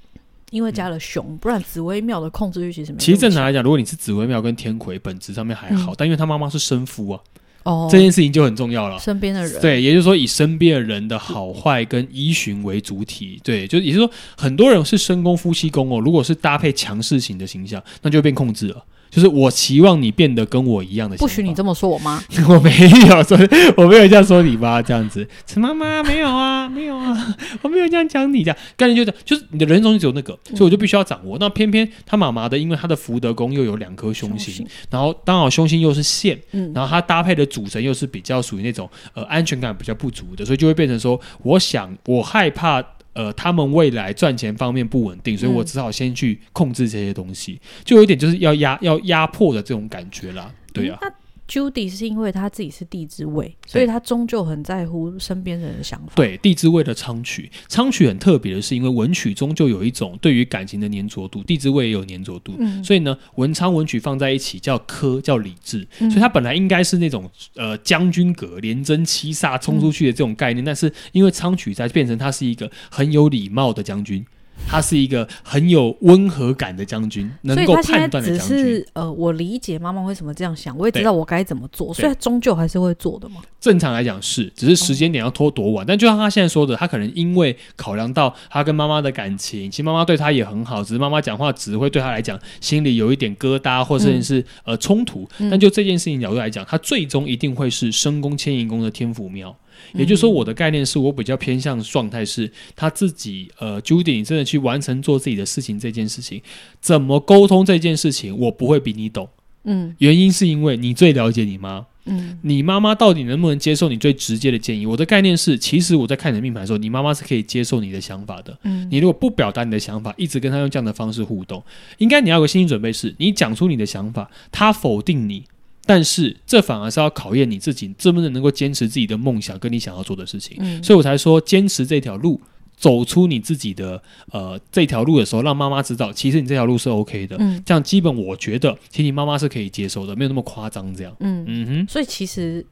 S1: 因为加了熊，不然紫薇庙的控制欲其实没那么
S2: 嗯其实正常
S1: 强嗯
S2: 来讲，如果你是紫微庙跟天魁，本质上面还好，但因为她妈妈是生夫啊，
S1: 哦，
S2: 这件事情就很重要了。
S1: 身边的人，
S2: 对，也就是说以身边的人的好坏跟依循为主体，对，就也就是说很多人是身宫夫妻宫哦，如果是搭配强势型的形象，那就变控制了。就是我期望你变得跟我一样的想
S1: 不
S2: 法，
S1: 许你这么说我妈。
S2: *laughs* 我没有说，我没有这样说你妈这样子，陈妈妈没有啊，没有啊， *laughs* 我没有这样讲你这样，概念就是就是你的人中只有那个，所以我就必须要掌握。那偏偏他妈妈的，因为他的福德宫又有两颗凶星，，然后刚好凶星又是线，
S1: 嗯，
S2: 然后它搭配的组成又是比较属于那种呃安全感比较不足的，所以就会变成说，我想我害怕。呃，他们未来赚钱方面不稳定，所以我
S1: 嗯
S2: 只好先去控制这些东西，就有一点就是要压要压迫的这种感觉啦。对呀、啊，
S1: 那 Judy 是因为她自己是地之位，所以她终究很在乎身边人的想法。
S2: 对地支位的昌曲，昌曲很特别的是，因为文曲中就有一种对于感情的粘着度，地支位也有粘着度，
S1: 嗯，
S2: 所以呢，文昌文曲放在一起叫科，叫理智。
S1: 嗯
S2: 所以它本来应该是那种呃将军阁连贞七煞冲出去的这种
S1: 嗯
S2: 概念，但是因为昌曲才变成他是一个很有礼貌的将军，他是一个很有温和感的将军，
S1: 所
S2: 能
S1: 以
S2: 够
S1: 她
S2: 判
S1: 现在
S2: 断
S1: 只
S2: 的将军。
S1: 是呃，我理解妈妈为什么这样想，我也
S2: 对
S1: 知道我该怎么做，所以她终究还是会做的嘛。
S2: 正常来讲是，只是
S1: 哦
S2: 时间点要拖多晚。但就像他现在说的，他可能因为考量到他跟妈妈的感情，其实妈妈对他也很好，只是妈妈讲话只会对他来讲心里有一点疙瘩，或甚至是、呃冲突。
S1: 嗯
S2: 但就这件事情角度来讲，他最终一定会是申宫迁移宫的天府庙。
S1: 嗯
S2: 也就是说，我的概念是我比较偏向状态是他自己，呃，Judy，你真的去完成做自己的事情这件事情，怎么沟通这件事情，我不会比你懂。
S1: 嗯
S2: 原因是因为你最了解你妈，
S1: 嗯
S2: 你妈妈到底能不能接受你最直接的建议？我的概念是，其实我在看你的命盘的时候，你妈妈是可以接受你的想法的。
S1: 嗯
S2: 你如果不表达你的想法，一直跟她用这样的方式互动，应该你要有个心理准备是，你讲出你的想法，她否定你，但是这反而是要考验你自己，真不能能够坚持自己的梦想跟你想要做的事情。
S1: 嗯，
S2: 所以我才说，坚持这条路，走出你自己的呃这条路的时候，让妈妈知道，其实你这条路是 OK 的。
S1: 嗯
S2: 这样基本我觉得，其实你妈妈是可以接受的，没有那么夸张。这样，
S1: 嗯，
S2: 嗯哼。
S1: 所以其实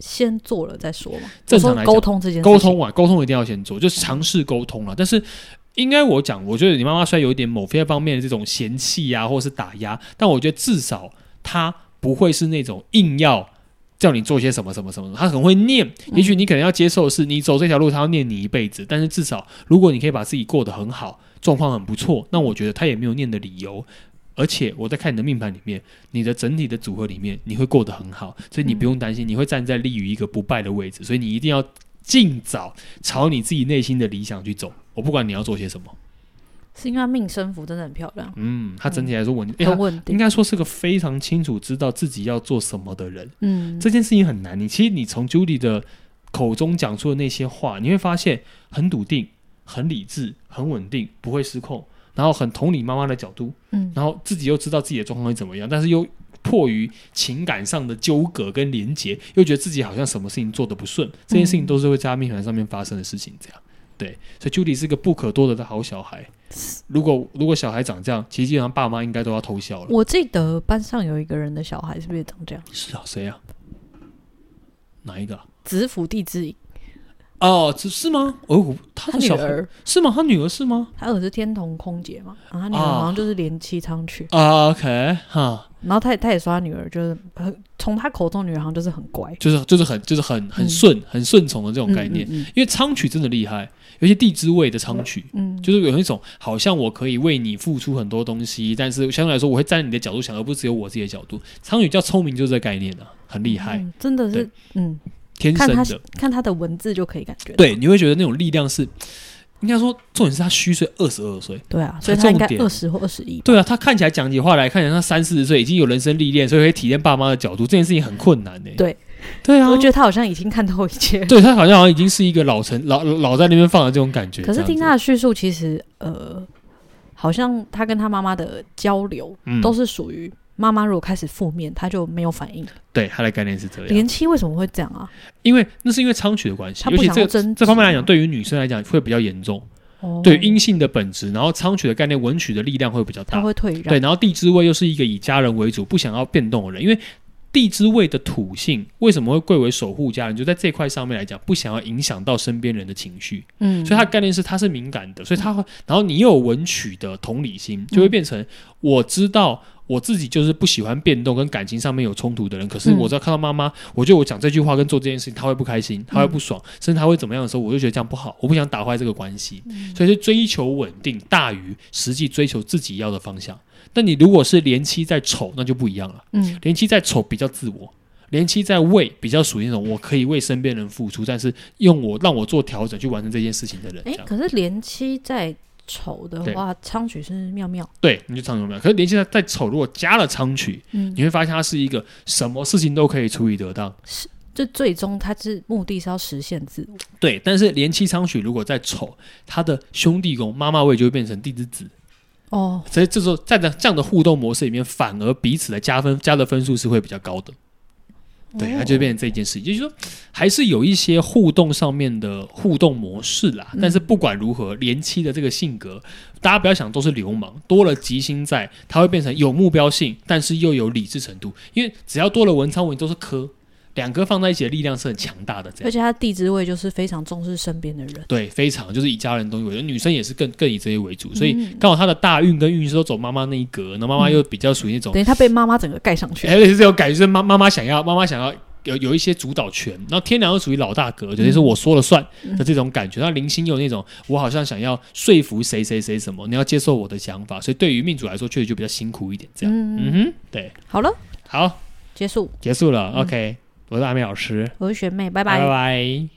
S1: 先做了再说嘛。
S2: 正常
S1: 我
S2: 来
S1: 说
S2: 讲
S1: 沟通这件事情
S2: 沟，通啊，沟通一定要先做，就是尝试沟通了。但是应该我讲，我觉得你妈妈虽然有一点某些方面的这种嫌弃啊，或是打压，但我觉得至少她不会是那种硬要。叫你做些什么什么什么，她很会念。
S1: 嗯
S2: 也许你可能要接受的是，你走这条路，她要念你一辈子。但是至少，如果你可以把自己过得很好，状况很不错，那我觉得她也没有念的理由。而且我在看你的命盘里面，你的整体的组合里面，你会过得很好，所以你不用担心，你会站在立于一个不败的位置。所以你一定要尽早朝你自己内心的理想去走。我不管你要做些什么，
S1: 是因为他命生符真的很漂亮，
S2: 嗯，他整体来说稳定，哎、
S1: 很
S2: 他
S1: 稳
S2: 应
S1: 定。
S2: 该说是个非常清楚知道自己要做什么的人。
S1: 嗯，
S2: 这件事情很难，你其实你从 Judy 的口中讲出的那些话，你会发现很笃定、很理智、很稳定，不会失控，然后很同理妈妈的角度，
S1: 嗯
S2: 然后自己又知道自己的状况会怎么样，但是又迫于情感上的纠葛跟连结，又觉得自己好像什么事情做得不顺，这件事情都是会在他命盘上面发生的事情。这样，对，所以 Judy 是个不可多得的好小孩。如果如果小孩长这样，其实基本上爸妈应该都要偷笑了。
S1: 我记得班上有一个人的小孩是不是也长这样？
S2: 是啊，谁啊？哪一个、啊？
S1: 子府地之影，
S2: 哦，只是吗？哦，我他
S1: 他
S2: 的
S1: 女
S2: 小孩
S1: 儿，
S2: 是吗？他女儿是吗？
S1: 他儿子天童空姐嘛，然后他女儿
S2: 啊
S1: 好像就是连七仓去，
S2: 啊、o k 哈，
S1: 然后他也他也说他女儿就是很从他口中女儿好像就是很乖，
S2: 就是就是很就是很很
S1: 嗯
S2: 顺、很顺从的这种概念。
S1: 嗯，
S2: 因为仓曲真的厉害，尤其地之位的仓曲，
S1: 嗯，嗯
S2: 就是有一种好像我可以为你付出很多东西，但是相对来说我会站在你的角度想，而不是只有我自己的角度。仓曲叫聪明，就是这个概念啊，很厉害，
S1: 嗯真的是
S2: 对，
S1: 嗯，
S2: 天生
S1: 看他
S2: 的。
S1: 看他的文字就可以感觉到，
S2: 对，你会觉得那种力量是，应该说重点是他虚岁二十二岁。
S1: 对啊，
S2: 才
S1: 所以他应该
S2: 重点
S1: 二十或二十一，
S2: 对啊，他看起来讲起话来，看起来他三四十岁，已经有人生历练，所以可以体验爸妈的角度，这件事情很困难呢、欸
S1: 对，
S2: 对啊，
S1: 我觉得他好像已经看透一切了。
S2: 对他好像好像已经是一个老成老老在那边放的这种感觉。
S1: 可是听
S2: 这
S1: 他
S2: 样
S1: 的叙述，其实呃，好像他跟他妈妈的交流
S2: 子，嗯，
S1: 都是属于妈妈如果开始负面，他就没有反应。
S2: 对啊他的概念是这样，
S1: 连七为什么会这样啊？
S2: 因为那是因为仓曲的关系，
S1: 他
S2: 尤
S1: 不
S2: 其
S1: 想
S2: 这
S1: 要
S2: 个
S1: 争
S2: 这方面来
S1: 执啊
S2: 讲，对于女生来讲会比较严重，
S1: 哦
S2: 对于阴性的本质，然后仓曲的概念，文曲的力量会比较
S1: 他
S2: 大，
S1: 会退让
S2: 对，，然后地支位又是一个以家人为主，不想要变动的人，因为地支位的土性为什么会贵为守护家人，就在这块上面来讲，不想要影响到身边人的情绪，
S1: 嗯，
S2: 所以它的概念是它是敏感的，所以它会，然后你又有文曲的同理心，就会变
S1: 嗯
S2: 成我知道我自己就是不喜欢变动跟感情上面有冲突的人，可是
S1: 嗯
S2: 我只要看到妈妈，我觉得我讲这句话跟做这件事情，他会不开心，他会不爽，甚至他会怎么样的时候，我就觉得这样不好，我不想打坏这个关系，
S1: 嗯
S2: 所以是追求稳定大于实际追求自己要的方向。那你如果是连期在丑，那就不一样了。
S1: 嗯
S2: 连七在丑比较自我，连七在为比较属于那种我可以为身边人付出，但是用我让我做调整去完成这件事情的人。这
S1: 哎、
S2: 样
S1: 可是连七在丑的话，昌曲是妙妙，
S2: 对，你就唱有没有？可是连七在在丑，如果加了仓曲，
S1: 嗯
S2: 你，会发现他是一个什么事情都可以处理得当。
S1: 就最终他是目的是要实现自我，
S2: 对，但是连七仓曲如果在丑，他的兄弟宫妈妈位就会变成地之子，
S1: 哦，
S2: 所以这时候在这这样的互动模式里面，反而彼此的加分加的分数是会比较高的。对，
S1: 哦
S2: 它就会变成这件事情，就是说，还是有一些互动上面的互动模式啦。
S1: 嗯
S2: 但是不管如何，连七的这个性格，大家不要想都是流氓，多了吉星在，它会变成有目标性，但是又有理智程度。因为只要多了文昌文都是科，两个放在一起的力量是很强大的。这
S1: 而
S2: 样
S1: 且他地之位就是非常重视身边的人，
S2: 对，非常就是以家人东西为主，女生也是更更以这些为主，所以
S1: 嗯
S2: 刚好她的大运跟运势都走妈妈那一格，然后妈妈又比较属于那种
S1: 等于他被妈妈整个盖上去，
S2: 哎，而且是这种感觉，就是妈妈妈想要，妈妈想要有有一些主导权，然后天良又属于老大哥，就是说我说了算
S1: 嗯
S2: 的这种感觉。那林星有那种我好像想要说服谁谁谁什么，你要接受我的想法，所以对于命主来说确实就比较辛苦一点。这样，
S1: 嗯，
S2: 嗯哼，对，
S1: 好了，
S2: 好，
S1: 结束，
S2: 结束了
S1: 嗯
S2: ，OK，我是阿美老师，
S1: 我是学妹，拜
S2: 拜拜